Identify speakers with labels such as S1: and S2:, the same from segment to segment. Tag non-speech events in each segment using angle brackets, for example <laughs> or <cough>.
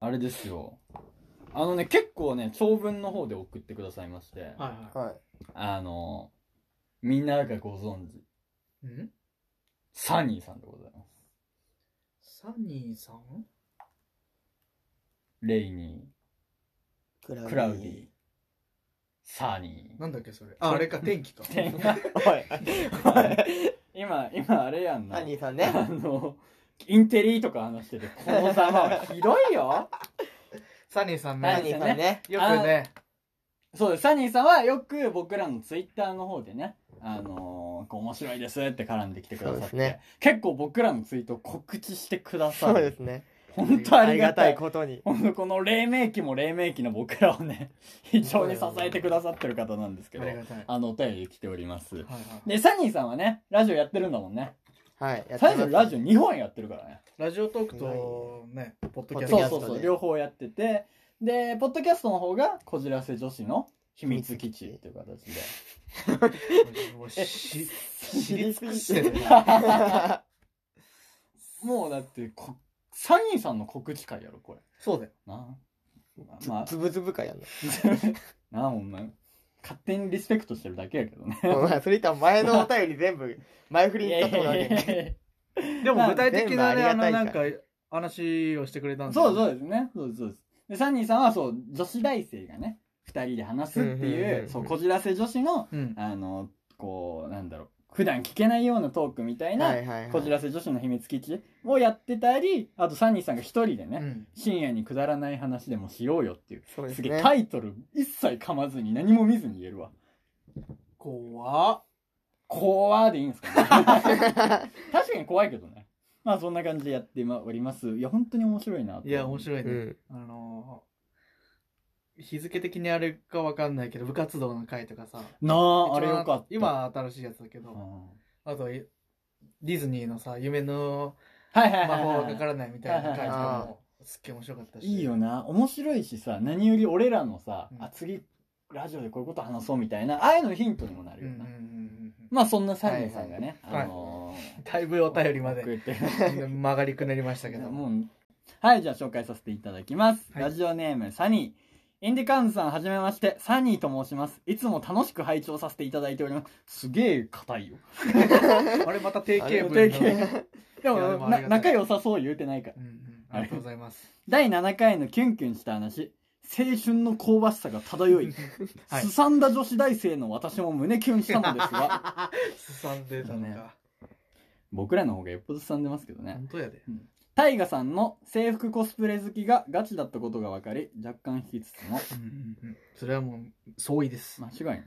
S1: あれですよ。あのね、結構ね、長文の方で送ってくださいまして、
S2: はいは
S3: は
S1: あの、みんながご存知、
S2: い。ん
S1: サニーさんでございます。
S2: サニーさん
S1: レイニ
S3: い。クラ
S1: ー、クラウディ、サニー。
S2: なんだっけそれ。あ、あれか、天気か。
S1: てん
S3: おい、おい。
S1: <laughs> 今、今あれやんな。
S3: サニーさん
S1: あ
S3: ね。
S1: の、インテリとか話してて、このざまはひどいよ。
S2: サニーさん
S3: サ
S1: は
S2: ね。
S3: ニーさんね。
S2: よくね。
S1: そうです。サニーさんはよく僕らのツイッターの方でね、あのーこう面白いですって絡んできてくださ
S3: そ
S1: って、
S3: うですね
S1: 結構僕らのツイートを告知してくだ
S3: そ
S1: さ
S3: うで
S1: る。
S3: すね。
S1: 本当あ
S3: あ
S1: り
S3: り
S1: が
S3: が
S1: た
S3: た
S1: い
S3: い。ことに。
S1: ほんとこの黎明期も黎明期の僕らを
S3: <laughs>
S1: ね、非常に支えてくださってる方なんですけ
S2: あ
S1: ど
S2: り、がたい。は
S1: あの、お便り来ております。
S2: いはい。
S1: で、サニーさんはね、ラジオやってるんだもんね。
S3: はい。やって
S1: サニーさ
S3: ます
S1: ん
S3: <laughs>
S1: ラジオ2本やってるからね。
S2: ラジオトークとね、ポッドキャス
S1: そうそう
S2: ト。
S3: ポッドキャスト
S1: そう、
S3: で
S1: 両方やってて、で、ポッドキャストの方が、こじらせ女子の秘密基地っていう形
S3: <laughs>
S1: で。
S2: もうし知
S3: 知
S2: り
S3: り
S2: 尽
S3: 尽
S2: く
S3: く
S2: し
S3: してて
S2: る
S3: る
S2: ね。
S1: もうだってこ、サニーさんの告知会やろ、これ。
S2: そうだよ。
S1: なあ。まあ、
S3: つぶつぶかやんの。
S1: <laughs> なあ、ほんまに。勝手にリスペクトしてるだけやけど
S3: <laughs>
S1: ね。
S3: お前それ言ったら前のお便り全部、前振り
S1: <laughs> い
S3: に
S1: や
S3: 使っ
S1: い
S3: てもらうわ
S1: や
S3: け
S1: いやい
S2: でも具体的なね、あ
S3: 全部あ
S2: の、な
S3: りが
S2: んか
S3: た、
S2: 話をしてくれたん
S1: や <laughs>
S2: だ。
S1: そうそううですね。そうですそうです。で、サニーさんは、そう、女子大生がね、二人で話すって
S3: うんうん
S1: い
S3: うんう
S1: う、
S3: ん
S1: そう、こじらせ女子の、
S2: うん。
S1: あの、こう、なんだろう、普段聞けないようなトークみたい
S3: は
S1: な、
S3: いはいはい。
S1: こじらせ女子の秘密基地をやってたり、あとサニーさんが一人で
S2: う
S1: ね、
S2: ん。
S1: 深夜にくだらない話でもしようよっていう。
S3: そうですす
S1: げえ、
S3: ね。
S1: タイトル一切噛まずに何も見ずに言えるわ。
S2: 怖っ。
S1: 怖ーでいいんですか
S2: <laughs>
S1: ね確かに怖いけどね。まあそんな感じでやっております。いや、本当に面白いなと。
S2: いや、面
S1: い。
S3: <laughs>
S2: 白いうね。
S3: ん。
S2: あのー、日付的にあれかわかんないけど、部活動の会とかさ。
S1: なあ、あれよかった。
S2: 一番新しいやつだけ
S1: う
S2: ど
S1: ん、。
S2: あと、ディズニーのさ、夢の
S1: はいはい
S2: 魔
S1: はい、はい。
S2: 法はかからないみたいな回とか
S3: はい
S2: も、すっげえ面白かったし。
S1: いいよな。面白いしさ、何より俺らのさ、
S2: うん
S1: あ、次、ラジオでこういうこと話そうみたいな、ああいうのヒントにもな
S2: うん
S1: る
S2: う
S1: よ
S2: ん
S1: な。
S2: うんうんうん。
S1: まあそんなサニーさんがね、
S2: はいはい
S1: あのー
S2: だいぶお便りまで
S1: 送って
S2: 曲がりくねりましたけど。
S1: <laughs> もうはい、じゃあ紹介させていただきます。
S2: はい
S1: ラジオネーム、サニー。インディカウンズさん、はじめまして、サニーと申します。いつも楽しく拝聴させていただいております。すげえ硬いよ。
S2: あれまた定型文の。
S1: 定型で
S2: <laughs> いやで
S1: も、
S2: もあ
S1: な
S2: りがたい
S1: 仲良さそう言うてないから。
S2: うんうん。ありがとうございます。
S1: 第7回のキュンキュンした話。青春の香ばしさが漂い、
S2: <laughs> はい
S1: すさんだ女子大生の私も胸キュンしたのです
S2: <laughs>
S1: が、
S2: すさんでたのか。
S1: 僕らの方がよっぽどすさんでますけどね。
S2: 本当やで。
S1: タイガさんの制服コスプレ好きがガチだったことが分かり、若干引きつつも、
S2: うんうんうん。それはもう、相違です。
S1: 間 <laughs> 違いない。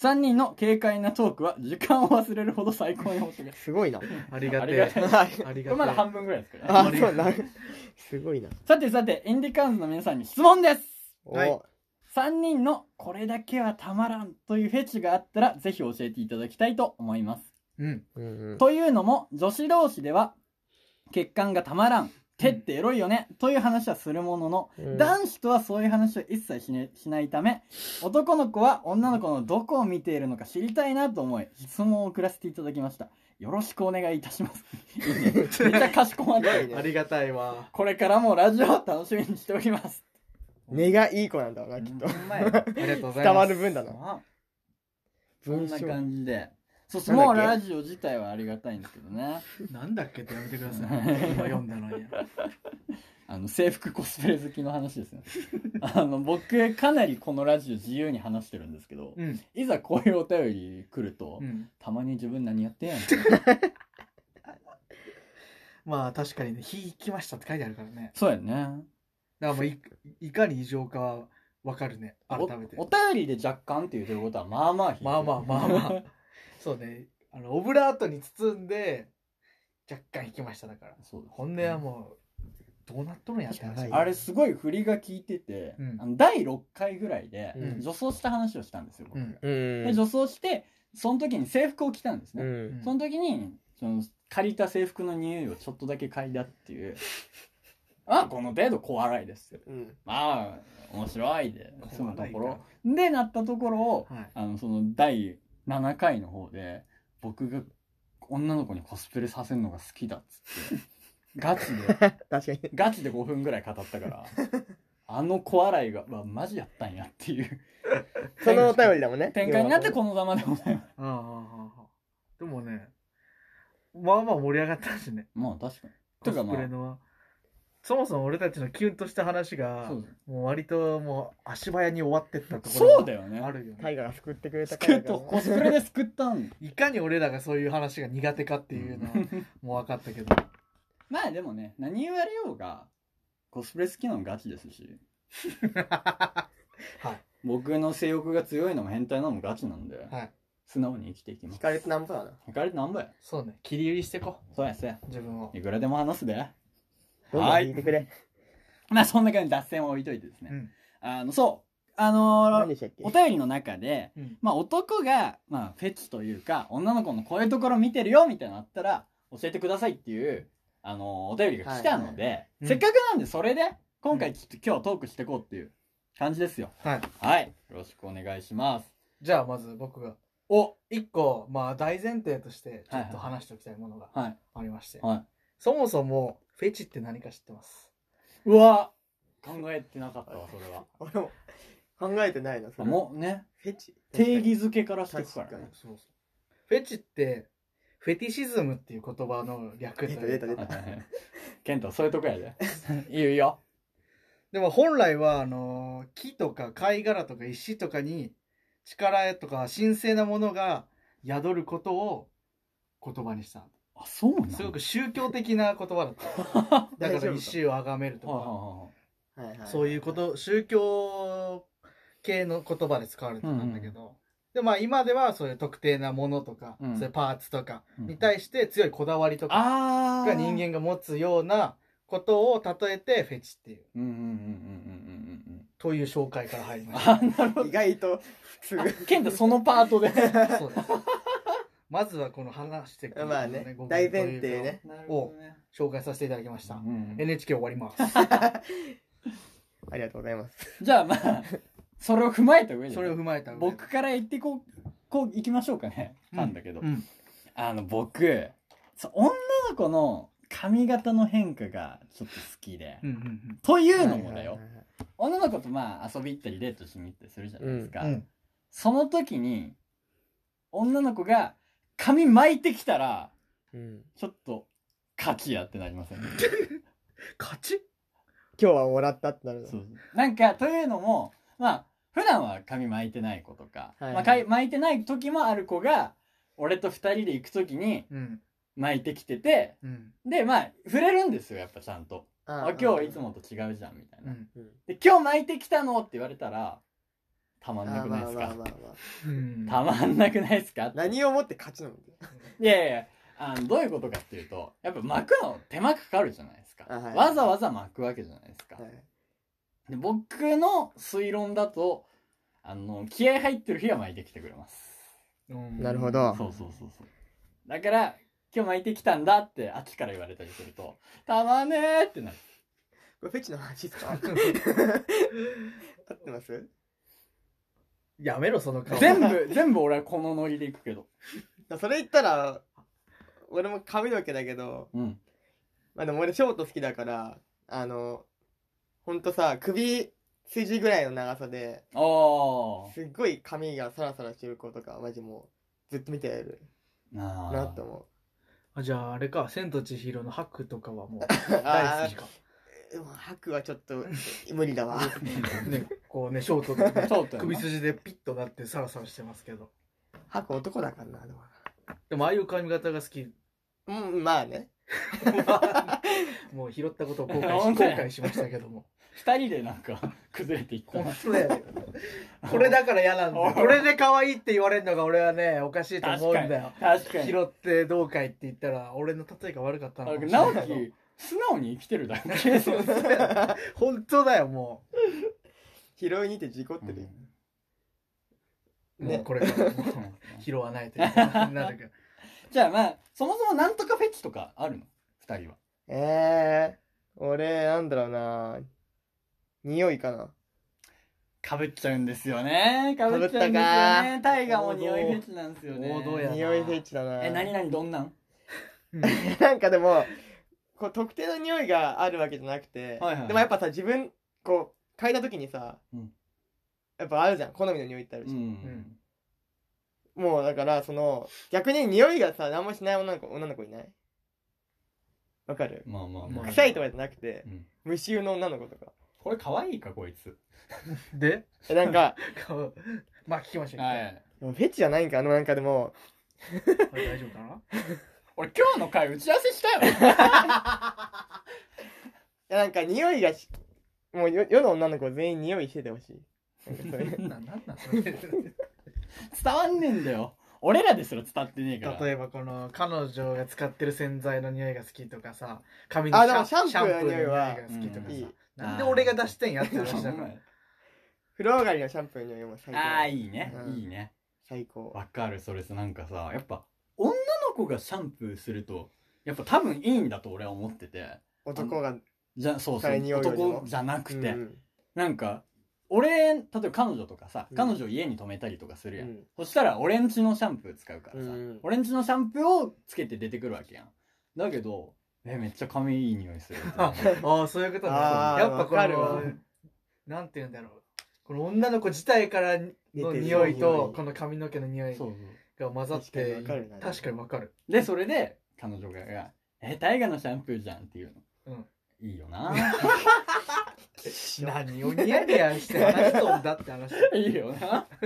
S1: 3人の軽快なトークは時間を忘れるほど最高に面白い。
S3: す
S1: <laughs>
S3: ごいな。
S2: ありがて
S1: ありが
S2: え。
S3: は
S2: あ
S3: い
S2: り
S1: こ
S2: が
S1: れ
S2: て
S1: まだ
S2: え。
S1: 半分ぐらいですから、ね。
S3: あ、そうな。すごいな。
S1: さてさて、インディカウンズの皆さんに質問です
S3: お
S2: はい
S3: お
S1: !3 人のこれだけはたまらんというフェチがあったら、ぜひ教えていただきたいと思います。
S2: うん。
S3: うんうん。
S1: というのも、女子同士では、血管がたまらん、手ってエロいよね、という話はするものの、
S3: うん
S1: 男子とはそういう話を一切し,、ね、しないため男の子は女の子のどこを見ているのか知りたいなと思い質問を送らせていただきましたよろしくお願いいたします
S3: <laughs>
S1: いいねめっちゃかしこまってる
S3: ね
S2: ありがたいわ。
S1: これからもラジオを楽しみにしております
S3: 根がいい子なんだわな、きっと。
S1: ほんまやな
S2: ありがとうございます。
S3: 伝わる分だな。
S1: まあそん
S3: 文
S1: な
S3: 章。
S1: 感じでそう
S3: な
S1: もう
S3: んだっけ
S1: ラジオ自体はありがたいんですけどね
S2: なんだっけってやめてください。今読んだのに。
S1: あの制服コスプレ好きの話ですねあの僕かなりこのラジオ自由に話してるんですけど
S2: うん。
S1: いざこういうお便り来ると、
S2: うん。
S1: たまに自分何やってんや
S2: <laughs>
S1: ん
S2: まあ確かにね、引きましたって書いてあるからね。
S1: そうやね。
S2: だからもうい、いかに異常かはわかるね。改めて
S1: お。お便りで若干って言ってることは、まあまあひどい
S2: まあまあまあま
S1: <laughs>
S2: あ。そうね。あの、オブラートに包んで、若干引きましただから。
S1: そうです
S2: 本音はもう、どうなっとるんやって話
S3: やばい
S1: あれすごい振りが効いてて、
S2: うん
S1: あの第6回ぐらいで、
S3: うん
S1: 女装した話をしたんですよ、僕が。
S2: うん
S3: う
S1: で、
S3: ん。
S1: 女装して、その時に制服を着たんです
S3: う
S1: ね。
S3: ん。
S1: その時に、その、借りた制服の匂いをちょっとだけ嗅いだって
S2: <laughs>
S1: いう。あ、この程度小笑いですよ。
S3: うん。
S1: まあ、面白いで、そのところ
S2: は。
S1: で、なったところを、
S2: い。
S1: あの、その第7回の方で、僕が女の子にコスプレさせるのが好きだっつって、ガチで、
S3: <laughs> 確かに。
S1: ガチで5分ぐらい語ったから、あの小笑いが、まあ、マジやったんやっていう
S3: そのお便りだもんね。
S1: 展開になってこのざまでございます。
S2: うんうんうんうんでもね、まあまあ盛り上がったしね。
S1: まあ確かに。
S2: コ
S1: て
S2: ス
S1: かまあ
S2: プレの、そもそも俺たちのキュンとした話が
S1: そうだ
S2: もう割ともう足早に終わってったところ
S1: そうだよね
S2: あ。るよ
S3: タ
S2: ね
S3: イガが救ってくれた
S1: 救
S3: 回
S1: っ
S3: だから
S1: と
S3: ね
S1: コスプレで救ったんだ。
S2: いかに俺らがそういう話が苦手かっていうのはもう分かったけ <laughs> ど
S1: まあでもね、何言われようが、コスプレ好きなのガチですし、
S2: はい
S1: 僕の性欲が強いのも変態なのもガチなんで、
S2: はい
S1: 素直に生きていきま
S3: 聞
S1: す。
S3: かれてなんぼだな。
S1: ひかれてなんぼや。
S2: そうね切り売りしてこ
S1: そうやそうや。
S2: 自分を
S1: いくらでも話すで。
S3: どんどん聞いてくれ。
S1: まあそんな感じで脱線を置いといてですね。
S2: うん
S1: あの、そう。あの
S3: 何
S1: ー
S3: でしたっけ
S1: お便りの中で、
S2: うん
S1: まあ男が、まあフェチというか、女の子のこういうところ見てるよみたいなのあったら、教えてくださいっていう、あのーお便りが来たので、
S2: うん
S1: せっかくなんでそれで、今回ちょっと今日トークしていこうっていう感じですよ。
S2: はい
S1: はい。よろしくお願いします。
S2: じゃあまず僕が
S1: お
S2: 一個まあ大前提としてちょっと話しておきたいものが
S1: はい。
S2: ありまして、
S1: はい。
S2: そもそもフェチって何か知ってます
S1: うわ考えてなかったわ、それは。
S3: 俺も考えてないな、それ。
S1: もうね、
S3: フェチ。
S1: 定義づけからしていくから
S3: 確
S1: ね
S3: か。
S2: そうそうフェチってフェティシズムっていう言葉の略というか
S3: 出た出た出
S1: はいはいはいケント、そういうとこや
S2: <laughs>
S1: で。いいよいいよ。
S2: でも本来はあのー木とか貝殻とか石とかに力とか神聖なものが宿ることを言葉にした
S1: あ、そうなの
S2: すごく宗教的な言葉だっただから石を崇めると
S1: はいはいは
S2: か
S1: いはい。
S3: はいはい
S2: そういうこ。と宗教系の言葉で使われてたんだけど、でまあ今ではそういう特定なものとか、
S1: うん
S2: そういうパーツとか
S1: うん
S2: に対して強いこだわりとか
S1: あ
S2: が人間が持つようなことを例えてフェチっていう
S1: うんうんうんうん
S2: という紹介から入り
S1: うんうんうん
S2: ました
S1: あなるほ
S3: 意外と普
S1: ど <laughs>
S3: 通
S1: あ。ケントそのパートで
S2: そうです。まずはこの話してく
S3: まあね、大前提ね。。
S1: なる
S2: ほ
S1: どね
S2: ご紹介させていただきました。NHK 終わります。
S3: ありがとうございます。
S1: じゃあまあそれを踏まえた上で
S2: それを踏まえた上で
S1: 僕から言ってこうこう行きましょうかね
S2: うん
S1: なんだけど
S2: うん。
S1: あの僕そう女の子の髪型の変化がちょっと好きで
S2: うんうん
S1: というのもだよ
S3: はいはいはい
S1: 女の子とまあ遊び行ったりデートしに行ったりするじゃないですか
S2: うん。うん
S1: その時に女の子が髪巻いてきたら
S3: うん
S1: ちょっと、カキやってなりませ
S3: <laughs>
S1: ん、ね、
S2: 勝ち
S3: 今日はもらったってなるの。
S1: なんか、というのも、まあ、普段は髪巻いてない子とか、
S3: はいはい
S1: まあかい、巻いてない時もある子が、俺と二人で行く時に
S2: うん。
S1: 巻いてきてて、
S2: うん。
S1: で、まあ、触れるんですよ、やっぱちゃんと。
S3: あ
S1: あ、今日いつ。もと違うじゃん、みたいうな。
S2: ん。
S3: うん
S1: で、今日巻いてきたのって言われたら、たま
S3: あ
S1: んな
S3: まあ
S1: くな
S3: ま
S1: い
S3: あ
S1: です
S3: まあ
S1: か
S3: まあ。
S2: うん
S1: たまんなくないですか
S3: 何をもって勝ちなの
S1: いやいやいやあのどういうことかっていうと、やっぱ巻くの手間かかるじゃないですか。
S3: あはい
S1: わざわざ巻くわけじゃないですか。
S3: はい
S1: で僕の推論だとあの気合入ってる日は巻いてきてくれます
S2: うん
S3: なるほどあ
S1: そうそうそうそうだから今日巻いてきたんだって秋から言われたりするとたまねーってなる
S3: これフェチの話ですか合ってます <laughs>
S2: やめろ、その顔。
S1: 全部全部俺はこのノリでいくけど
S3: だそれ言ったら、俺も髪の毛だけど、
S1: うん
S3: まあでも俺ショート好きだから、あの、ほんとさ、首筋ぐらいの長さで、
S1: あー
S3: すっごい髪がサラサラしてる子とか、マジもう、ずっと見てやる
S1: な
S3: なって思
S2: あじゃあ、あれか、千と千尋のハクとかはもう、
S3: う。
S2: <laughs> 大
S3: あ
S2: 好きか。
S3: ーでも白はちょっと、無理
S2: <laughs>
S3: だわ。
S2: ね、こうね、ショートで
S3: <laughs>
S2: ね、
S1: そうだよな
S2: 首筋でピッとなってサラサラしてますけど。
S3: 白男だからな、でも。
S2: でも、ああいう髪型が好き。
S3: うん、まあね。
S2: もう拾ったことを後悔し
S1: 本
S2: 後
S1: 当や
S2: 悔しましたけども。
S1: 二人でなんか <laughs> 崩れていった
S2: 本当だよね
S1: <laughs>
S2: これだから嫌なんだよ。これで可愛いって言われるのが俺はね、おかしいと思うんだよ。
S1: 確かに
S2: 拾ってどうかいって言ったら、俺の例えが悪かったのかもしれない
S1: 直樹素直に生きてるだけ
S2: そうそうだよ本当だよ、も
S3: 拾いに行って事故ってるよ。
S2: う。
S3: ね
S2: もうこれからもう <laughs> 拾わないということになるから。
S1: じゃあまあそもそもなんとかフェチとかあるの二人は
S3: えー、俺、なんだろうな。匂いかな。
S1: かぶっちゃうんですよね。かぶっちゃうんですよね。タイガも匂いフェチなんですよね。
S2: 王道やな
S3: 匂いフェチだな。 <laughs>
S1: え、何々どんなん
S2: うん
S3: なんかでも、こう特定の匂いがあるわけじゃなくて、
S2: はいはい
S3: でもやっぱさ自分こう嗅いだ時にさ、
S4: うん
S3: やっぱあるじゃん好みの匂いってある
S4: う
S3: じゃん、
S4: ん。
S3: もうだからその逆に匂いがさ何もしない女の子女の子いないわかる
S1: まあまあまあ。
S3: 臭いとかじゃなくて
S1: うん
S3: 無臭の女の子とか
S1: これ可愛いか、こいつ。
S2: で、
S3: えなんか
S2: 顔まあ聞きました
S1: は
S2: け
S1: い。
S3: でもフェチじゃないんかあのなんかでも
S2: ど、これ大丈夫かな
S1: 俺、今日の回打ち合わせしたよ。
S3: いやなんか匂いがしもうよ世の女の子全員匂いしててほしいなんかそうい
S2: <laughs> な
S3: う
S2: なんなんそれ
S4: 伝わんねえんだよ。俺らですら伝わってねえから。
S2: 例えばこの彼女が使ってる洗剤の匂いが好きとかさ髪
S3: あ
S2: の
S3: でも
S2: シャン
S3: シャンプーの匂いは
S2: シャンプーの匂いが好きとかさ、
S3: うんいい
S2: なんで俺が出してんやって話だ
S4: お
S2: から
S4: 前
S3: 風呂上がりのシャンプーの匂いも最
S4: ああ、
S3: 高
S4: いいね。
S3: うん
S4: いいね。
S3: 最高
S1: わかる、それさ、なんかさ、やっぱ、女の子がシャンプーすると、やっぱ多分いいんだと俺は思ってて。
S3: 男が
S1: じゃ、そうそ
S3: 臭い匂
S1: う。
S3: いよりも
S1: 男じゃなくて。
S3: うん
S1: なんか、俺、例えば彼女とかさ
S3: う、ん
S1: 彼女を家に泊めたりとかする
S3: う
S1: やん。
S3: ん
S1: そしたら、俺んちのシャンプー使うからさ
S3: うん、
S1: 俺んちのシャンプーをつけて出てくるわけやん。だけど、え、めっちゃ髪いい匂いする。
S3: <laughs>
S2: ああそういうことね
S3: あー
S2: やっぱこ
S3: わかるわ
S2: のなんて言うんだろうこの女の子自体からの匂いとこの髪の毛の匂い
S1: そうそう。
S2: が混ざっ
S3: 確かに
S2: て
S3: わかるな
S2: 確かにわかる
S1: で、それで、彼女が、え、大河のシャンプーじゃんっていうの。いいよな。 <laughs>
S2: 何をニヤニヤして話しとんだって話
S1: いいよな。
S3: <laughs>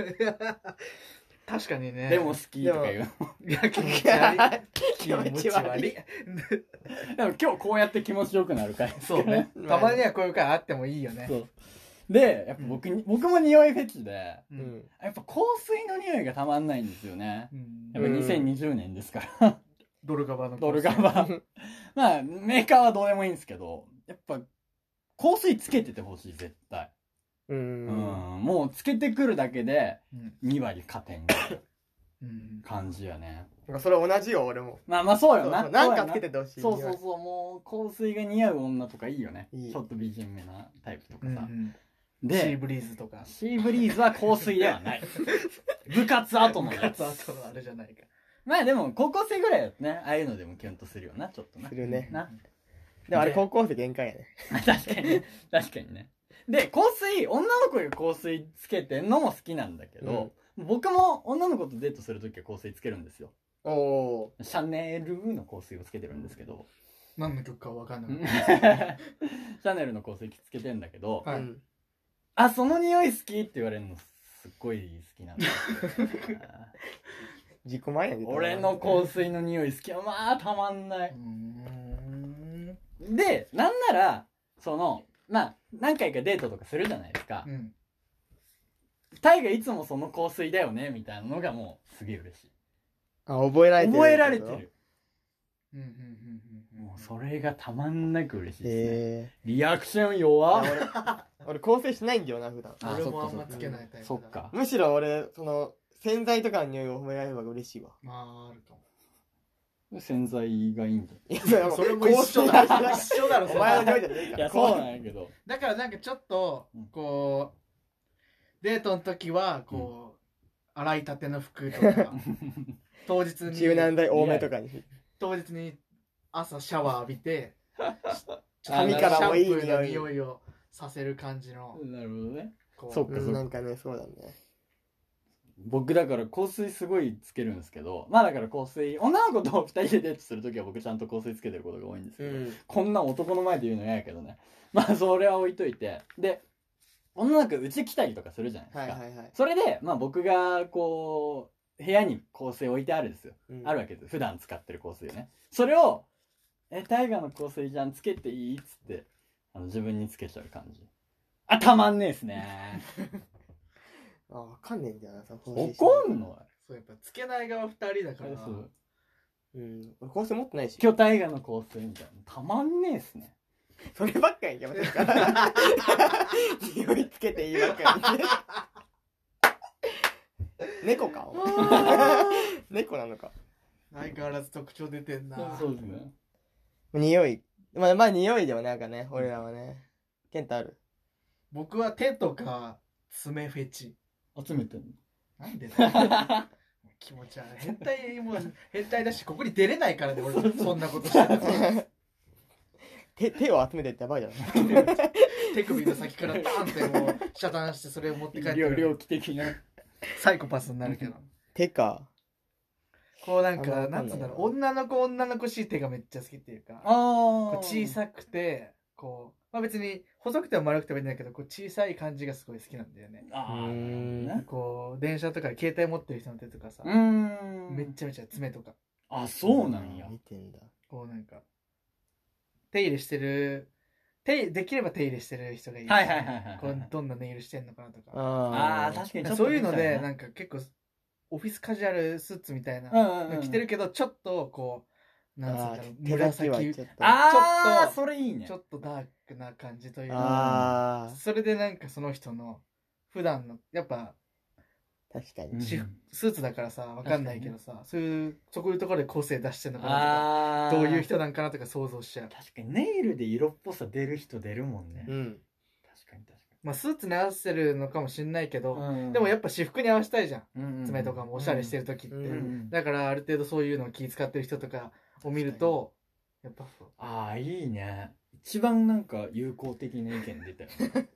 S2: 確かにね
S1: でも好きとか言う。
S2: いや気持ち悪い
S3: 気持ち悪い
S1: でも今日こうやって気持ちよくなる回。
S2: そうねたまにはこういう回あってもいいよね
S1: そう。で、やっぱ僕に、僕も匂いフェチで、
S2: う
S3: うんん
S1: やっぱ香水の匂いがたまんないんですよね。
S2: うん
S1: やっぱ
S3: うん
S1: 2020年です
S3: <laughs>
S1: から、
S2: ドルガバの
S1: ドルガバ。 <laughs> まあ、メーカーはどうでもいいんですけど、やっぱ、香水つけててほしい、絶対。
S3: う
S1: うんん、もうつけてくるだけで、
S2: うん
S1: 2割加点が
S2: うん
S1: 感じやね。
S3: なんかそれ同じよ俺も
S1: まあまあ、そう
S3: そ
S1: よ
S3: う
S1: な。
S3: そうなん
S1: そう
S3: か
S1: よ
S3: つけててほしい
S1: そうそうそう、もう香水が似合う女とかいいよね。
S3: いい
S1: ちょっと美人めなタイプと
S2: う
S1: か
S2: んう
S1: さ。
S2: んシー
S1: で、
S2: ブリーズとか
S1: シーブリーズは香水ではない。部活後のやつ。
S2: <laughs> あとのあれじゃないか
S1: まあでも、高校生ぐらいだとね、ああいうのでもキュンとするよな、ちょっとな
S3: す。るね
S1: な。
S3: でもあれ高校生限界やね
S1: <laughs> 確かにね。確かにね。で、香水、女の子が香水つけてんのも好きなんだけど、僕も女の子とデートするときは香水つけるんですよ。
S3: おお
S1: シャネルの香水をつけてるんですけど、
S2: 何の曲かわかんな
S1: <laughs> シ
S2: い
S1: ャネルの香水つけてんだけど、
S3: ー
S2: はい。
S3: うん
S1: あ、その匂い好きって言われるのすっごい好きなんですよ
S3: 自己満やで
S1: 俺の香水の匂い好きはまあたまんないう
S2: ん
S1: で、なんなら、その、まあ、何回かデートとかするじゃないですか
S2: う。ん
S1: タイがいつもその香水だよね、みたいなのがもう、すげえ嬉しい。
S3: あ覚えられてる
S1: 覚えられてる。
S2: うんうんうんうん
S1: もう、それがたまんなく嬉しいですね。
S3: へえ
S1: リアクション弱っ。
S3: 俺香水しないんだよな普段
S1: あ
S2: 俺
S1: そっ
S2: も
S1: か
S2: あんま
S1: そっか
S2: つけないタイプだ
S1: そっか。
S3: むしろ俺その洗剤とかの匂いを褒められるのが嬉しいわ
S2: まああるかも
S1: 洗剤がいいんだ。
S3: いやそれ
S2: それも一緒だろ一緒だろ
S3: <laughs> お
S2: そ
S3: 前の
S2: れ
S3: 匂いじゃねえ
S1: い
S3: から
S1: や、そうなんやけど。
S2: だからなんかちょっと
S1: うん
S2: こうデートの時はこう洗いたての服とか当日
S3: 柔
S2: に
S3: 軟剤多めとかに
S2: 当日に朝シャワー浴びて
S3: 髪からもいい匂
S2: シャン
S3: い
S2: プーの匂いをさせる感じの
S1: なるほどね。
S2: こ
S1: そっか
S3: うんなんかねそうだね
S1: 僕だから香水すごいつけるんですけど、まあだから香水、女の子と二人でデートするときは僕ちゃんと香水つけてることが多いんですけど、こんな男の前で言うの嫌やけどね。 <laughs> まあ、それは置いといて。で、女の子うち来たりとかするじゃないですか。
S3: はいはいはい
S1: それで、まあ僕が、こう、部屋に香水置いてあるんですよ。
S3: うん
S1: あるわけです。普段使ってる香水をね。それを、え、タイガーの香水じゃん、つけていいっつって、あの、自分につけちゃう感じ。あ、たまんねえっすね。
S3: あわかんねえんだよなその香水して
S1: 怒んの
S2: そうやっぱつけない側二人だから
S1: そう
S3: うん俺香水持ってないし
S1: 今日タイガーの香水みたいな。たまんねえっすね。
S3: そればっかりやめてるから匂いつけていいばっかり猫か
S1: <laughs>
S3: お前猫なのか
S2: 相変わらず特徴出てんな
S1: そうですね。
S3: 匂いまあまあ匂いでもなんかね俺らはねケンタある
S2: 僕は手とか爪フェチ
S1: 集めてんの
S2: なんで <laughs> だよ気持ち悪い変態もう変態だしここに出れないからね俺そんなことしてたら
S3: 手手を集めてってやばいだろ
S2: 手首の先からダーンってもう遮断してそれを持って帰って
S1: 猟
S2: く
S1: 猟
S2: る
S1: 奇的な。
S2: サイコパスになるけど
S3: 手か
S2: こうなん
S3: あ
S2: か
S3: の
S2: なんつうんだろう女の子女の子しい手がめっちゃ好きっていうかこ
S1: あ
S2: う小さくてこう、まあ、別に細くても丸くてもいいんだけどこう小さい感じがすごい好きなんだよね
S1: あー
S3: うーん
S1: なる
S2: こう電車とかで携帯持ってる人の手とかさ
S1: ほどねうーん。
S2: めっちゃめちゃ爪とか
S1: あ、そうなんや。
S3: 見てんだ
S2: こうなんか手入れしてる手できれば手入れしてる人がいいし
S1: はいはいはいはい
S2: こうどんなネイルしてんのかなとか
S1: あ
S3: あ
S1: あ、確かにちょっと
S2: そういうのでな
S1: 見
S2: んか結構オフィスカジュアルスーツみたいな
S1: たいなうんうんうん。
S2: 着てるけどちょっとこうなんつうん
S3: 手
S2: だろう
S3: だけはちょっ
S2: 紫
S3: と
S1: あ
S2: ちょ
S1: あ
S2: っ、と
S1: それいいね
S2: ちょ。っとダークな感じというか
S3: あ
S2: それでなんかその人の普段のやっぱ
S3: ー確か
S1: うん
S3: に
S2: 私服スーツだからさわかんないけどさそういうそういうところで個性出してんのかな
S1: あ
S2: と
S1: あ。
S2: かどういう人なんかなとか想像しちゃう
S1: 確かにネイルで色っぽさ出る人出るもんね。
S3: うん
S1: 確かに確か
S2: まあスーツに合わせてるのかもしんないけど
S1: に。
S2: でもやっぱ私服に合わせたいじゃん
S1: ぱ
S2: 爪とかもおしゃれしてる時って
S3: うん
S1: うんうん
S2: だからある程度そういうのを気遣ってる人とかを見るとやっぱ
S1: ああ、いいね。一番なんか有効的な意見出たよ
S2: <laughs>
S1: ね。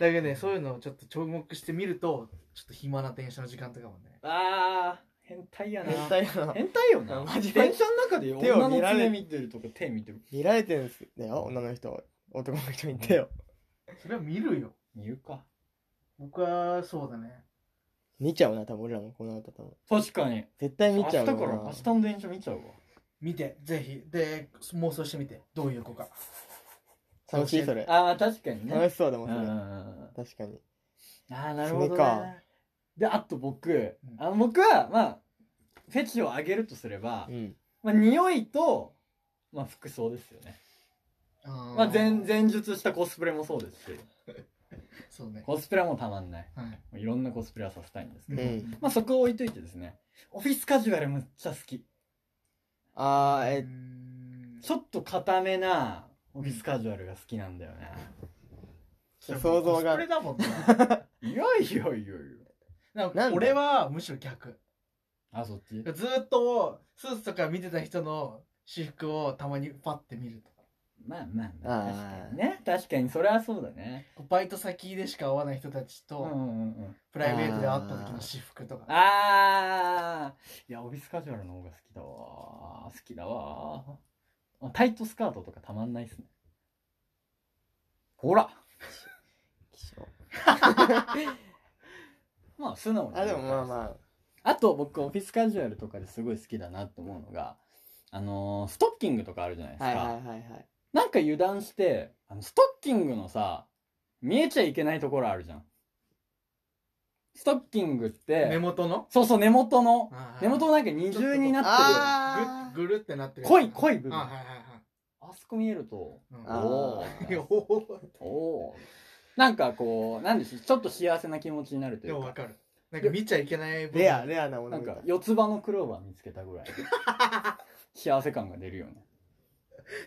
S2: だけどねそういうのをちょっと注目してみるとちょっと暇な電車の時間とかもね
S1: ああ、変態やな。
S3: 変態やな
S1: 変態よ
S3: うん
S1: な。
S3: マジで
S1: 電車の中で
S3: 手を
S1: 女の
S3: 見られ
S1: 爪見てるとか手見てる。
S3: 見られてるんすよ女の人男の人に手を
S2: それは見るよ
S1: 見るか。
S2: 僕はそうだね
S3: 見ちゃうな多分俺らもこの後多分
S1: 確かに。
S3: 絶対見
S1: 明
S3: ち
S1: 日
S3: ゃ
S1: か
S3: うな
S1: ら、明日の電車見ちゃうわ。
S2: 見てぜひで妄想してみてどういう子か
S3: 楽しいそれ
S1: ああ、確かにね。
S3: 楽しそうだも
S1: うんん
S3: そ
S1: うんう
S3: れ
S1: ん
S3: 確かに
S1: ああ、なるほど、
S3: 爪か
S1: ね。で、あと僕
S2: う、ん
S1: あの僕は、まあ、フェチを上げるとすれば
S3: う、ん
S1: まあ、匂いと、まあ、服装ですよね。ま
S2: ま
S1: あ、前、前述したコスプレもそうですし、
S2: そうね
S1: コスプレはもうたまんない。
S2: はい
S1: もういろんなコスプレはさせたいんですけ
S3: ん
S1: ど、
S3: うん
S1: まあ、そこを置いといてですね、オフィスカジュアルめっちゃ好き。
S3: ああ
S2: う
S3: え
S2: ん
S1: ちょっと固めなオフィスカジュアルが好きなんだよね。
S3: 想像が
S2: コスプレだ
S3: <laughs>
S2: もんない
S1: やいやいやいや。
S2: なん
S3: な
S2: か
S3: んだ
S2: 俺はむしろ逆
S1: あ、そっち
S2: ずーっとスーツとか見てた人の私服をたまにパッて見ると
S1: まあまあまあ、
S3: あー
S1: 確かにね。確かに、それはそうだね。
S2: こうバイト先でしか会わない人たち
S1: うんう
S2: と
S1: んうん。
S2: プライベートで会った時の私服とか
S1: あーいや、オフィスカジュアルの方が好きだわー。好きだわー。タイトスカートとかたまんないっすね。ほら
S3: 気象
S1: まあ、素直に
S3: あでもまあま
S1: あと僕オフィスカジュアルとかですごい好きだなって思うのが、あのーストッキングとかあるじゃないです
S3: あ
S1: か。
S3: はいはいはいはい
S1: なんか油断して、あのストッキングのさ、見えちゃいけないところあるじゃん。ストッキングって、
S2: 目元の
S1: そうそう根元の、
S2: あー
S1: 根元のなんか二重になって
S3: あー
S2: ぐぐるってなってる
S1: る。濃い濃い部分。
S2: あはい
S1: あ
S2: は
S1: そこ見えると、
S2: いは
S3: あ
S2: い
S3: ー
S1: お
S2: うんいや
S1: ー
S2: ほほほ
S1: おーなんかこう、なんでしょう、ちょっと幸せな気持ちになるとい
S2: で
S1: う
S2: も
S1: か
S2: わ。かるなんか見ちゃいけない部分
S3: レアレアなも
S1: な
S3: の
S1: ん
S3: 見た
S1: か四つ葉のクローバー見つけたぐらい。幸せ感が出るよね。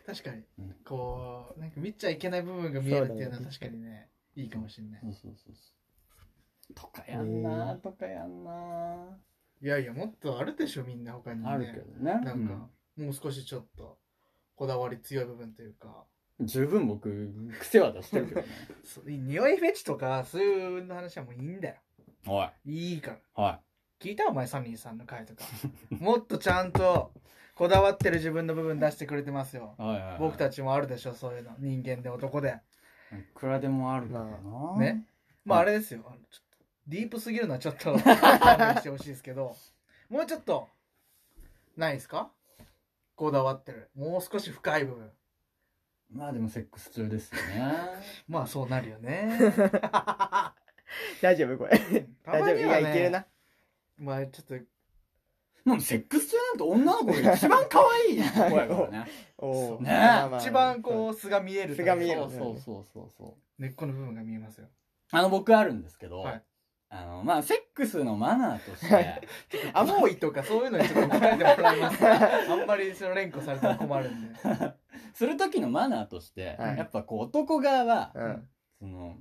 S2: 確かに、
S1: うん
S2: こうなんか見ちゃいけない部分が見えるっていうのは確かにねいいかもしれない
S1: そうそうそうそう。とかやんな
S3: へ
S1: ーとかやんなー
S2: いやいやもっとあるでしょみんな他にね
S1: あるけどね。
S2: なんか、もう少しちょっとこだわり強い部分というか
S1: うん十分僕、癖は出してるけどね。
S2: そう匂いフェチとかそういう話はもういいんだよ
S1: おい、
S2: いいから
S1: は
S2: 聞いたお前サミーさんの回と <laughs> かもっとちゃんとこだわってる自分の部分出してくれてますよ
S1: い。はいはいはい、
S2: 僕た
S1: ち。
S2: ちもあるでしょそういうの人間で男で
S1: いくらでもあるからな。
S2: ね。まああれですよ、あのちょっとディープすぎるのはちょっ <laughs> と勘弁してほしいですけどもうちょっとないですかこだわってるもう少し深い部分
S1: まあでもセックス中ですよね。
S2: まあそうなるよ <laughs> ね
S3: 大丈夫これ
S2: た
S3: 大
S2: ま
S3: 丈夫
S2: に
S3: い
S2: は
S3: や
S2: ね
S3: いけるな
S2: まあちょっと
S1: でもセックス中なんて女の子が一番可愛い子やからね。
S3: おお
S1: ね
S2: 一番こう素が見える
S3: 素が見
S1: そ
S3: え
S1: う
S3: る
S1: そうそうそうそう。
S2: 根っこの部分が見えますよ
S1: あの僕あるんですけど、
S2: はい
S1: あの、まあセックスのマナーとし
S3: は
S1: て
S3: い、
S2: アモイとかそういうのにちょっと答えてもらいますあんまりその連呼されたら困るんで
S1: <laughs>
S2: す
S1: る時のマナーとして、
S3: はい
S1: やっぱこう男側は、
S3: う
S2: うん
S3: ん
S1: その、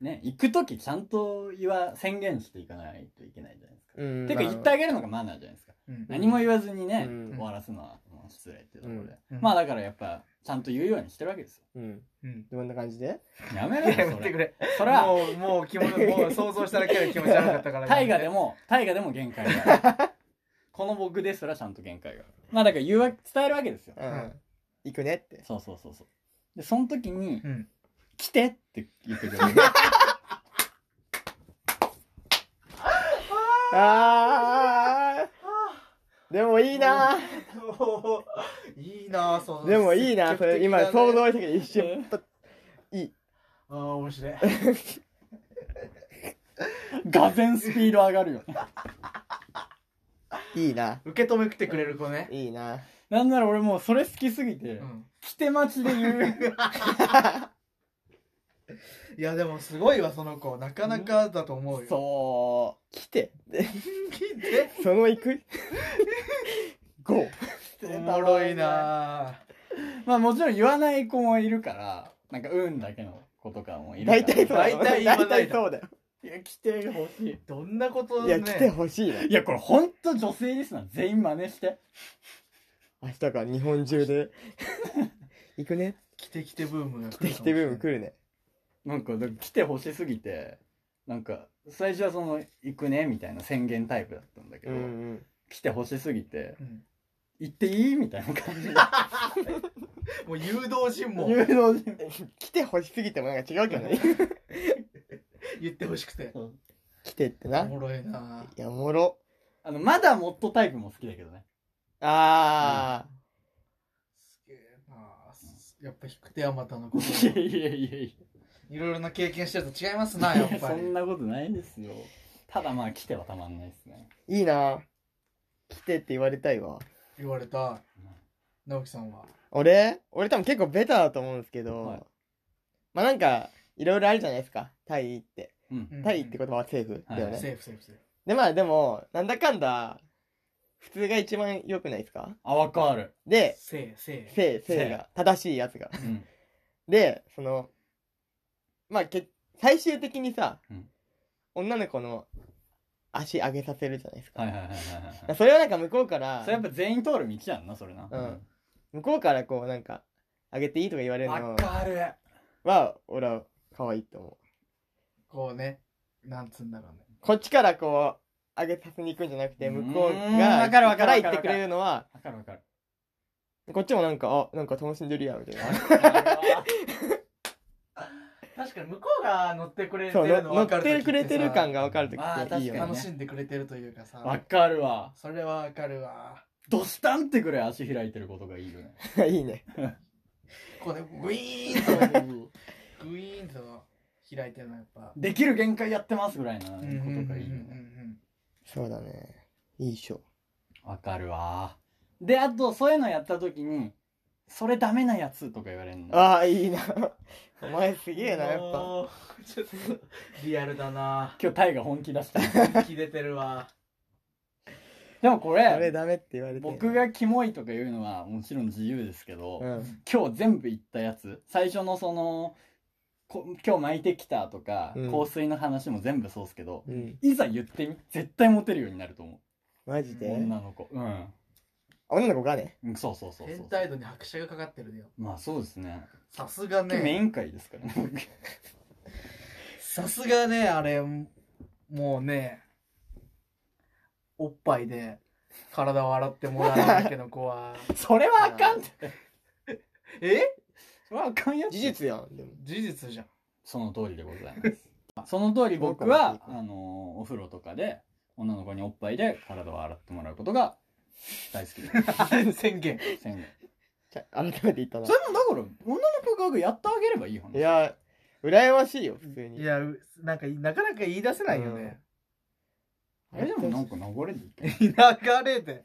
S1: ね、行くときちゃんと言わ、宣言していかないといけないじゃないですか。
S3: うん
S1: てか
S3: まあ
S1: 言ってあげるのがマナーじゃないですか。
S2: うん
S1: 何も言わずにね、
S3: うん
S1: 終わらすのは、もの失礼ってところで、
S2: うん
S1: まあだからやっぱちゃんと言うようにしてるわけですよ
S3: うん。
S2: うん。
S3: どんな感じで
S1: やめろ
S2: いや、
S1: よ
S2: や
S1: そ
S2: めてく
S1: れ
S2: れ。
S1: それは
S2: もう、もう気持ち、もう想像しただけで気持ち悪かったから。
S1: 大河でも大河でも限界があるこの僕ですらちゃんと限界があるまあだから言うわ伝えるわけですよ
S3: うん。行くねって。
S1: そうそうそうそうでその時に
S2: うん。
S1: 「来て!」って言ってくれる
S3: あーでもいいな
S2: いういなぁ、そう
S3: でもいいなそれ今想像したけど一瞬パッ
S2: ああ、面白い。
S1: がぜんスピード上がるよね
S3: いいな
S2: 受け止めてくれる子ね。
S3: いいな
S1: なんなら俺もうそれ好きすぎて
S2: うん。
S1: 「来て待ち」で言う <laughs>
S2: いや、でもすごいわ、その子。なかなかだと思うよ。
S1: そう
S3: 来て <laughs> で
S2: <laughs> 聞いて。
S3: その行くゴ
S2: おもろいな
S1: まあもちろん言わない子もいるからなんか「うん」だけの子とかもいる
S3: ー
S1: から
S3: 大体そうだよ
S2: 大体言わない
S3: 大体そうだよ
S1: いや来てほしい
S2: ぁ。どんなこと
S3: いや来て
S2: ね。
S3: ほしいない
S1: やこれほんと女性リスナー全員真似して
S3: 明日から日本中で行くね
S2: 来て来てブームが来
S3: 来て来てブーム
S2: る
S3: 来るね
S1: なんかだから来てほしすぎてなんか最初はその「行くね」みたいな宣言タイプだったんだけ
S3: う
S1: ど、
S3: んうん
S1: 来てほしすぎて
S2: かもしれない。うん
S1: 「行っていい?」みたいな感じで <laughs>
S2: もう誘導尋
S3: <laughs>
S2: 問
S1: 誘導して
S3: 来てほしすぎてもなんか違うけどね
S2: 言ってほしくて。
S3: 来てって
S2: お
S3: な
S2: もろいなぁ。
S3: いやおもろ
S1: あのまだもっとタイプも好きだけどね
S3: あ
S2: すげえなぁ。やっぱ引く手あまたのこ
S1: い
S2: と。
S1: やいやいやい
S2: いろいろな経験してると違いますな、
S1: や
S2: やっ
S1: いや
S2: ぱ
S1: そ
S2: り。
S1: んなことないですよただまあ来てはたまんないですね
S3: ーいいな来てって言われたいわ
S2: 言われた直樹さんは
S3: 俺俺多分結構ベタだと思うんですけど、
S1: はい
S3: まあなんかいろいろあるじゃないですかタイって
S1: うん
S3: タイって言葉はセーフだよね、
S1: とは
S2: セーフセーフセーフ
S3: でまあでもなんだかんだ普通が一番良くないですか
S1: あわかる
S3: で
S2: セーフセーフ
S3: 正正が正しいやつが
S1: うん
S3: でそのまあけ最終的にさ、
S1: うん
S3: 女の子の足上げさせるじゃないですか
S1: はいはいはいはいはい
S3: それはなんか向こうから
S1: <laughs> それやっぱ全員通る道やんなそれな
S3: うん向こうからこうなんか上げていいとか言われる
S1: わ
S3: の
S1: かる
S3: は俺は可愛いと思う
S2: こうねなんつうんだろうね
S3: こっちからこう上げさせに行くんじゃなくて
S1: うーん
S3: 向こうが
S1: わかるわかるわかる
S3: 言ってくれるのは
S1: わかるわか <laughs> る
S3: こっちもなんかあなんか楽しんでるやんみたいな
S2: 確かに向こうが乗ってくれて
S3: そう
S2: るの
S3: 乗
S2: 分か
S3: っ
S2: る時ってさ
S3: くれてる感が分かるとき
S1: まあ
S3: っていい
S1: 確かに
S3: よね
S2: 楽しんでくれてるというかさ
S1: わかるわ
S2: それはわかるわ
S1: ドスタンってくらい足開いてることがいいよね
S3: いいね <laughs>
S2: こうねグイーンとグイーンと開いてるのやっぱ
S1: できる限界やってますぐらいなことがいいよ
S2: うん
S1: ね
S3: そうだねいいっしょ
S1: わかるわであとそういうのやった時に「それダメなやつ」とか言われるの
S3: ああいいなお前すげえなやっぱ
S2: もうちょっとリアルだ <laughs> な
S1: 今日タイが本気出した <laughs>
S2: 気出てるわ
S1: でもこ
S3: それ
S1: れ
S3: ダメって言われて
S1: 僕がキモいとか言うのはもちろん自由ですけど、
S3: うん
S1: 今日全部言ったやつ最初のそのこ今日巻いてきたとか、
S3: うん
S1: 香水の話も全部そうっすけど
S3: うん
S1: いざ言ってみ絶対モテるようになると思
S3: マジ
S1: う
S3: で
S1: 女の子うん
S3: 女の子がね
S1: うんそうそうそうそう
S2: 変態度に拍車がかかってるねよ
S1: まあそうですね
S2: さすが
S1: 今日メイ
S2: ね
S1: ン会ですからね僕
S2: さすがねあれもうねおっぱいで体を洗ってもらうだけの子は
S1: それはあかんって
S2: <laughs> え
S1: それはあかんやつ
S3: 事実やんでも
S2: 事実じゃん
S1: その通りでございます <laughs> その通り僕はあのお風呂とかで女の子におっぱいで体を洗ってもらうことが大好きです <laughs>
S2: 宣言
S1: 宣言
S3: ちゃ改めて言ったな
S1: それもだから女の子側がやってあげればいい話
S3: いや羨ましいよ普通に
S2: いやうなんかなかなか言い出せないよね、
S1: あれでもなんか流れでいけない
S2: 流れで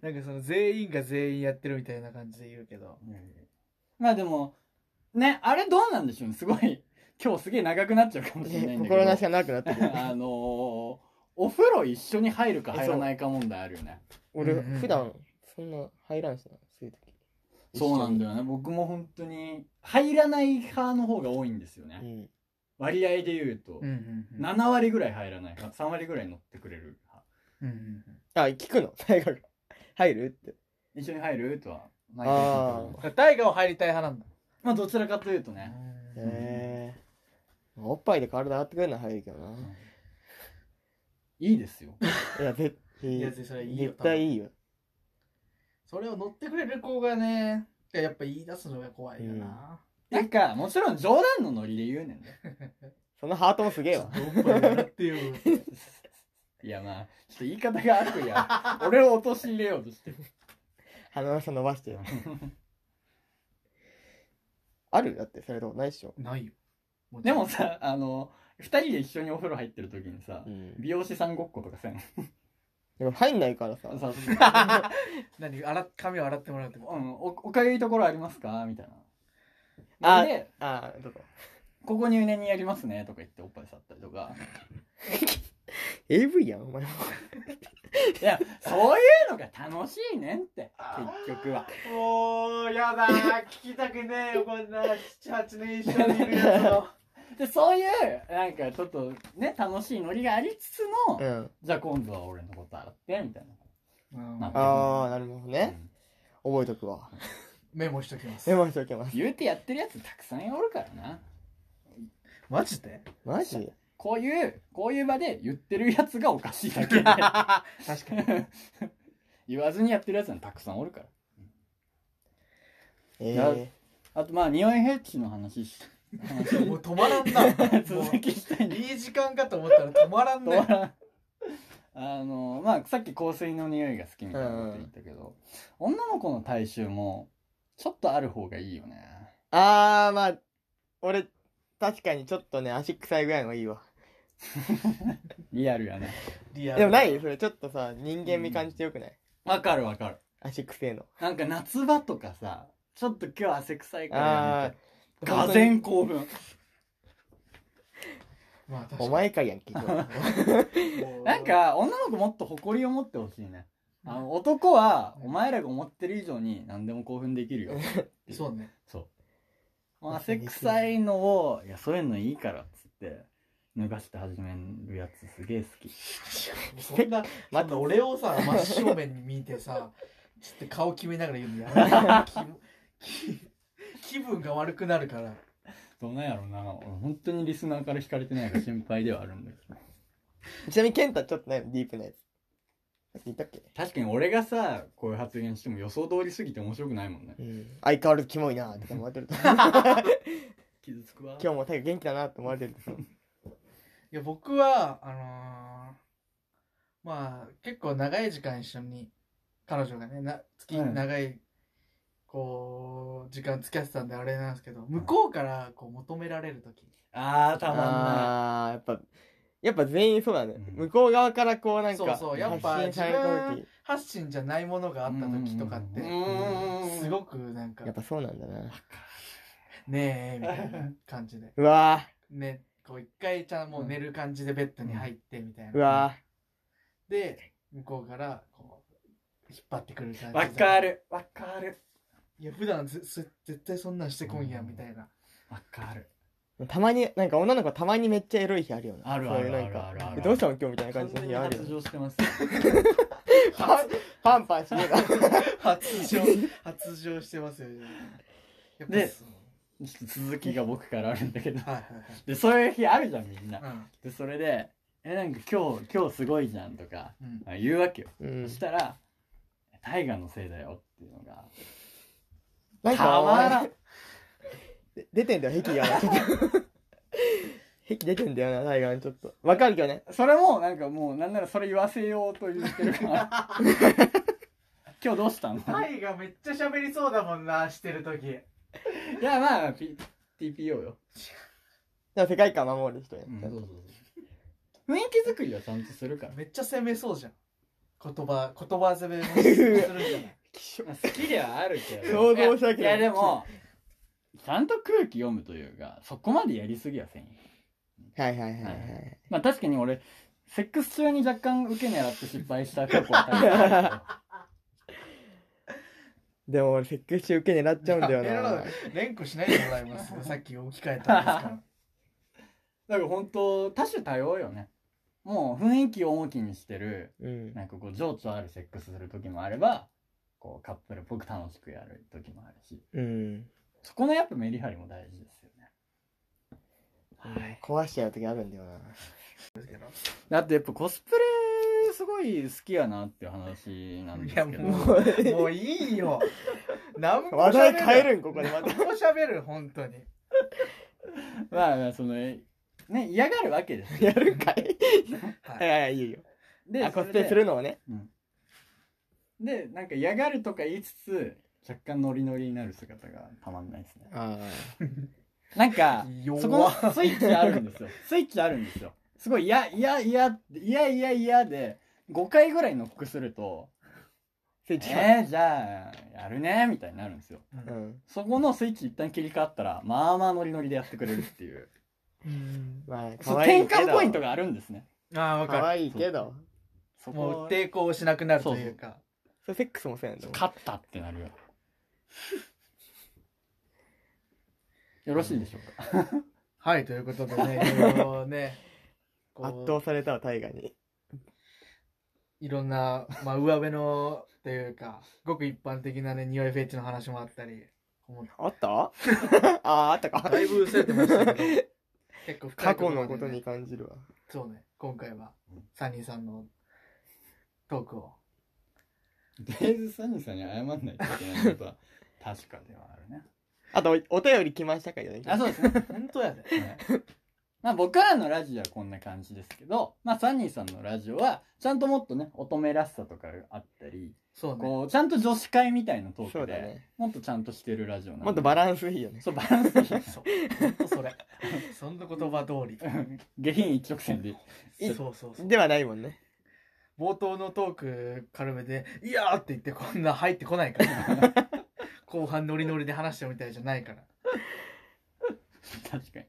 S2: なんかその全員が全員やってるみたいな感じで言うけど
S1: <laughs> まあでもねあれどうなんでしょうねすごい今日すげえ長くなっちゃうかもしれないんだけど
S3: 心なしがなくなってくる
S1: <laughs> あのーお風呂一緒に入るか入らないか問題あるよね
S3: 俺
S2: うんうん
S3: 普段そんな入らんしなそういう時
S1: そうなんだよね僕も本当に入らない派の方が多いんですよね、
S3: うん
S1: 割合で言うと、
S2: うんうんうん
S1: 7割ぐらい入らないか3割ぐらい乗ってくれる派
S3: <laughs>
S2: うんうんうん
S3: あ聞くの大学入るって
S1: 一緒に入るとは毎回聞いてお
S3: あ
S1: ります
S2: ら大河は入りたい派なんだ
S1: まあどちらかというと
S2: う
S1: ね
S3: あ。へえ。おっぱいで体洗ってくれるのは早いけどな。
S1: いいですよ
S3: いや、絶
S2: いや
S3: 対、
S2: それいいよ
S3: 絶対いいよ。
S2: それを乗ってくれる子がねやっぱ言い出すのが怖いよな、
S1: なんかもちろん冗談のノリで言うねんだよ
S3: そのハートもすげえわ。
S2: ちょっとおっぱいやってよ
S1: いやまあちょっと言い方が悪や俺を陥れようとしてる
S3: 鼻の下伸ばしてよ。あるだって、それともないっしょ。
S2: ないよち
S1: で
S2: ろん
S1: もさあの二人で一緒にお風呂入ってる時にさ
S3: うん。
S1: 美容師さんごっことかせん
S3: でも入んないからさ。
S1: さ
S2: <laughs> 何洗っ髪を洗ってもらうってこ
S1: うん、おおかゆいところありますかみたいな
S3: あ
S1: で
S3: ああ、どうぞ。
S1: ここ入念にやりますねとか言っておっぱい触ったりとか
S3: AV やん、お前も。
S1: いやそういうのが楽しいねんって結局は
S2: ともうやだ聞きたくねえよこんな78年一緒にいるやつの
S1: でそういうなんかちょっとね楽しいノリがありつつの、
S3: うん。
S1: じゃあ今度は俺のこと洗ってみたいな
S3: ああ、なるほど
S1: ね
S3: ね。覚えとくわ。
S2: メモしときます
S3: メモしておきます。
S1: 言うてやってるやつたくさんおるからな
S2: マジで
S3: マジ
S1: こういうこういう場で言ってるやつがおかしいだけで
S2: 確かに
S3: <laughs>
S1: 言わずにやってるやつはたくさんおるから
S3: え
S1: や
S3: え。
S1: あとまあ匂いヘッジの話し話
S3: <laughs>
S2: もう止まらんな
S1: <laughs>
S2: も
S1: 続きしたいん
S2: う
S1: で
S2: いい時間かと思ったら止まら
S1: 止
S2: ん
S1: ま <laughs>
S2: ね
S1: らんあのまあさっき香水の匂いが好きみたいなこと言ったけど、女の子の体臭もちょっとある方がいいよね
S3: ああ、まあ、俺、確かにちょっとね、足臭いぐらいのがいいわ。
S1: リアルやね
S2: リアル
S3: でもないそれ、ちょっとさ、人間味感じてよくない
S1: わかるわかる
S3: 足臭えの。
S1: なんか夏場とかさちょっと今日汗臭いからや
S3: あ
S1: めて
S3: あ、
S1: がぜん興奮
S2: まあ確かに
S3: お前かやんけ、今日
S2: もう
S1: なんか女の子もっと誇りを持ってほしいねあの男はお前らが思ってる以上に何でも興奮できるよ <laughs>
S2: そうね
S1: そう。もう汗臭いのを、いや、そういうのいいからっつって、脱がして始めるやつすげえ好き。<laughs>
S2: そんなま
S3: ま
S2: た俺をさ真正面に見て <laughs> さちょっと顔決めながら言うのやめて <laughs> 気分気分が悪くなるから
S1: どうなんやろうな。俺本当にリスナーから惹かれてないか心配ではあるんだけど。
S3: <laughs> ちなみに、ケンタちょっとないの、ディープなやつ。さっき言ったっけ
S1: <laughs> 確かに俺がさ、こういう発言しても予想通りすぎて面白くないもんね。
S3: うん。相変わらずキモいなーって思われてる <laughs> と。
S1: 傷つくわ。
S3: 今日も大概元気だなって思われてると。
S2: いや僕はあのーまあ結構長い時間一緒に彼女がねな月に長い、こう時間付き合ってたんであれなんですけど向こうからこう求められる時
S1: あー、たまんな
S3: ああ、やっぱ、やっぱ全員そうだね。
S1: うん
S3: 向こう側からこうなんか、
S2: そうそうやっぱ
S3: 発信された
S2: 自
S3: 時。
S2: 発信じゃないものがあった時とかって
S1: うん
S2: すごくなんか
S3: やっぱそうなんだな。
S2: ねえみたいな感じで
S3: うわ
S2: ねこう一回ちゃんもう寝る感じでベッドに入ってみたいな、
S3: ーうわ
S2: で向こうからこう引っ張ってくる感
S1: い。
S2: じ
S1: わ
S2: で
S1: かる。わかる。
S2: いや普段ずず絶対そんなんしてこんやんみたいな
S1: わかる。
S3: ーたまに、なんか女の子たまにめっちゃエロい日あるよな。
S1: ある
S3: そう
S1: あ
S3: いう
S1: る
S3: な
S1: あ
S3: ん
S1: るあ
S3: か、
S1: るあ
S3: え
S1: る。
S3: どうしたの今日みたいな感じの日あ
S1: 完
S3: る
S1: 全
S3: よ
S1: に発
S3: ね。
S1: 情して <laughs> ます。
S3: <laughs> パンパンパンしてるから。
S2: 発情 <laughs> 発情してますよねやっぱ
S1: で
S2: そう
S1: ちょっと続きが僕からあるんだけど。
S2: はいはい
S1: <laughs> で、そういう日あるじゃん、みんな。
S2: はい
S1: で、それで、え、なんか今日、今日すごいじゃんとか、
S2: うんうん
S1: あ言うわけよ。
S3: うん <laughs>
S1: そし。たら、大河のせいだよっていうのが、
S3: なん
S1: たまら
S3: か
S1: ん、
S3: で出てんだよ、 <laughs> 壁が。ちょっと壁出てんだよな、大河ちょっと。わかるけどね。
S1: それも、なんかもう、なんならそれ言わせようと言ってるから。 <laughs> 今日どうしたの
S2: タイがめっちゃ喋りそうだもんなしてる時
S1: いや、まあ、P、TPO よ。
S3: でも世界観守る人や。
S1: うん、そうそうそう。雰囲気作りはちゃんとするから。
S2: めっちゃ攻めそうじゃん言葉言葉攻めもするじゃ <laughs> ない
S1: まあ、好きではあるけど。
S3: 想像したけど
S1: いや、いやでも、ちゃんと空気読むというか、そこまでやりすぎはせんよ。
S3: はいはいはいは
S1: まあ確かに俺、セックス中に若干受け狙って失敗した過去は確か <laughs> にあるけど
S3: い。でも俺、セックス中受け狙っちゃうんだよ
S2: いや狙
S3: な
S2: う。連呼しないでもらいますよさっき置き換えたんですから
S1: だから本当多種多様よねもう雰囲気を重きにしてる
S3: うん。
S1: なんかこう情緒あるセックスする時もあればこうカップルっぽく楽しくやる時もあるし
S3: うん。
S1: そこのやっぱメリハリも大事ですよね
S3: はい、壊しちゃう時あるんだ
S1: <laughs>
S3: よな。
S1: だってやっぱコスプレすごい好きやなっていう話なんですけど
S2: いやももういいよ。何も
S3: 話題変え
S2: る。
S3: るんここでまた。
S2: 何も喋る、本当に。
S1: まあまあそのえね嫌がるわけですよ
S3: やるんかい。
S2: はい
S3: はいはい、いいよ。
S1: で
S3: あ、
S1: そ
S3: コ
S1: れ
S3: ス
S1: で
S3: プレするのをね。
S1: でなんか嫌がるとか言いつつ若干ノリノリになる姿がたまんないですね
S3: あ
S1: なんか
S2: 弱
S1: そこのスイッチあるんですよスイッチあるんですよすごい嫌嫌嫌嫌嫌嫌で5回ぐらいノックすると
S3: スイッチ入る
S1: えー、じゃあやるねみたいになるんですよ
S3: うん。
S1: そこのスイッチ一旦切り替わったらまあまあノリノリでやってくれるって <laughs> いう
S2: うん
S3: まあ、
S1: そう
S3: 可愛いけど。
S1: 転換ポイントがあるんですね
S2: ああ、わ
S3: 可
S2: か
S3: 愛いけど。
S1: そ
S2: る。
S1: こ
S2: もう抵抗しなくなるというか。
S3: それセックスもそうやんだもん。
S1: 勝ったってなるよ <laughs> よろしいでしょうか
S2: はい、ということでね、いろいろね、こう
S3: 圧倒されたわ、大河に。
S2: いろんな、まあ、上辺の、というか、ごく一般的なね、匂いフェチの話もあったり、もう
S3: あった <laughs> ああ、あったか。
S2: だいぶ薄れてましたけど、結構深
S3: 過
S2: い
S3: 去
S2: ろまで
S3: の
S2: ね
S3: ことに感じるわ。
S2: そうね、今回は、サニーさんのトークを。
S1: とりあえずサニーさんに謝んないといけない <laughs> ことは確かではあるね。
S3: あと、おお便り来ましたかよね。
S1: あ、そうですね。
S2: 本当やで。
S1: はい <laughs> まあ僕らのラジオはこんな感じですけど、まあサニーさんのラジオはちゃんともっとね、乙女らしさとかがあったり、
S2: そうね。
S1: こう、ちゃんと女子会みたいなトー
S3: そう
S1: ク
S3: だ
S1: で、
S3: ね。
S1: もっとちゃんとしてるラジオなんで
S3: もっとバランスいいよね。
S1: そう、バランスいいね。
S2: そう。本当それ。 <laughs> そんな言葉通り。
S1: 下品一直線で。
S2: そうそうそう。
S3: ではないもんね。
S2: 冒頭のトーク軽めで「いや!」って言ってこんな入ってこないから
S1: <laughs>
S2: 後半ノリノリで話してるみたいじゃないから
S1: 確かに。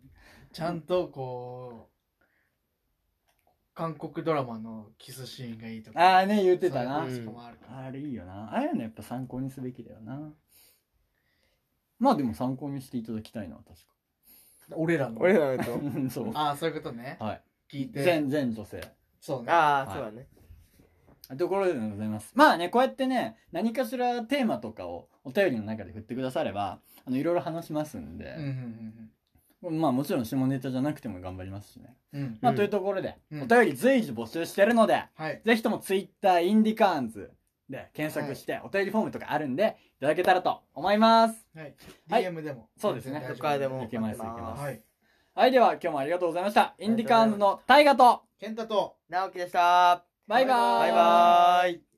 S2: ちゃんとこう韓国ドラマのキスシーンがいいとか
S1: あ
S2: あ
S1: あね、言ってたな
S2: そういう。話とかもあるから、
S1: あれいいよな。ああいうのやっぱ参考にすべきだよな。まあでも参考にしていただきたいな、確か。
S2: 俺らの
S3: 俺らのやつを。
S1: うんそう。
S2: ああそういうことね
S1: はい。
S2: 聞いて
S1: 全、全女性。
S2: そうね
S3: あ
S1: は
S3: あ、
S1: い
S3: そうだね。
S1: ところでございます。まあね、こうやってね、何かしらテーマとかをお便りの中で振ってくだされば、あの、いろいろ話しますん
S2: うんう
S1: で、
S2: ん
S1: まあもちろん下ネタじゃなくても頑張りますしね。
S2: うんうん
S1: まあ、
S3: うん
S1: というところで、
S2: うん
S1: お便り随時募集してるので、
S2: はい
S1: ぜひとも Twitter、インディカーンズで検索して、お便りフォームとかあるんで、いただけたらと思います。
S2: はい
S1: はい
S2: DM でも
S1: そうですね
S2: 全然大丈夫
S3: どっからでも
S1: いけます、いけます。
S2: はい
S1: はい、では今日もありがとうございました。インディカーンズの大河と、
S2: 健太と
S3: 直樹でした。
S1: バイバーイ。
S3: バイバーイ。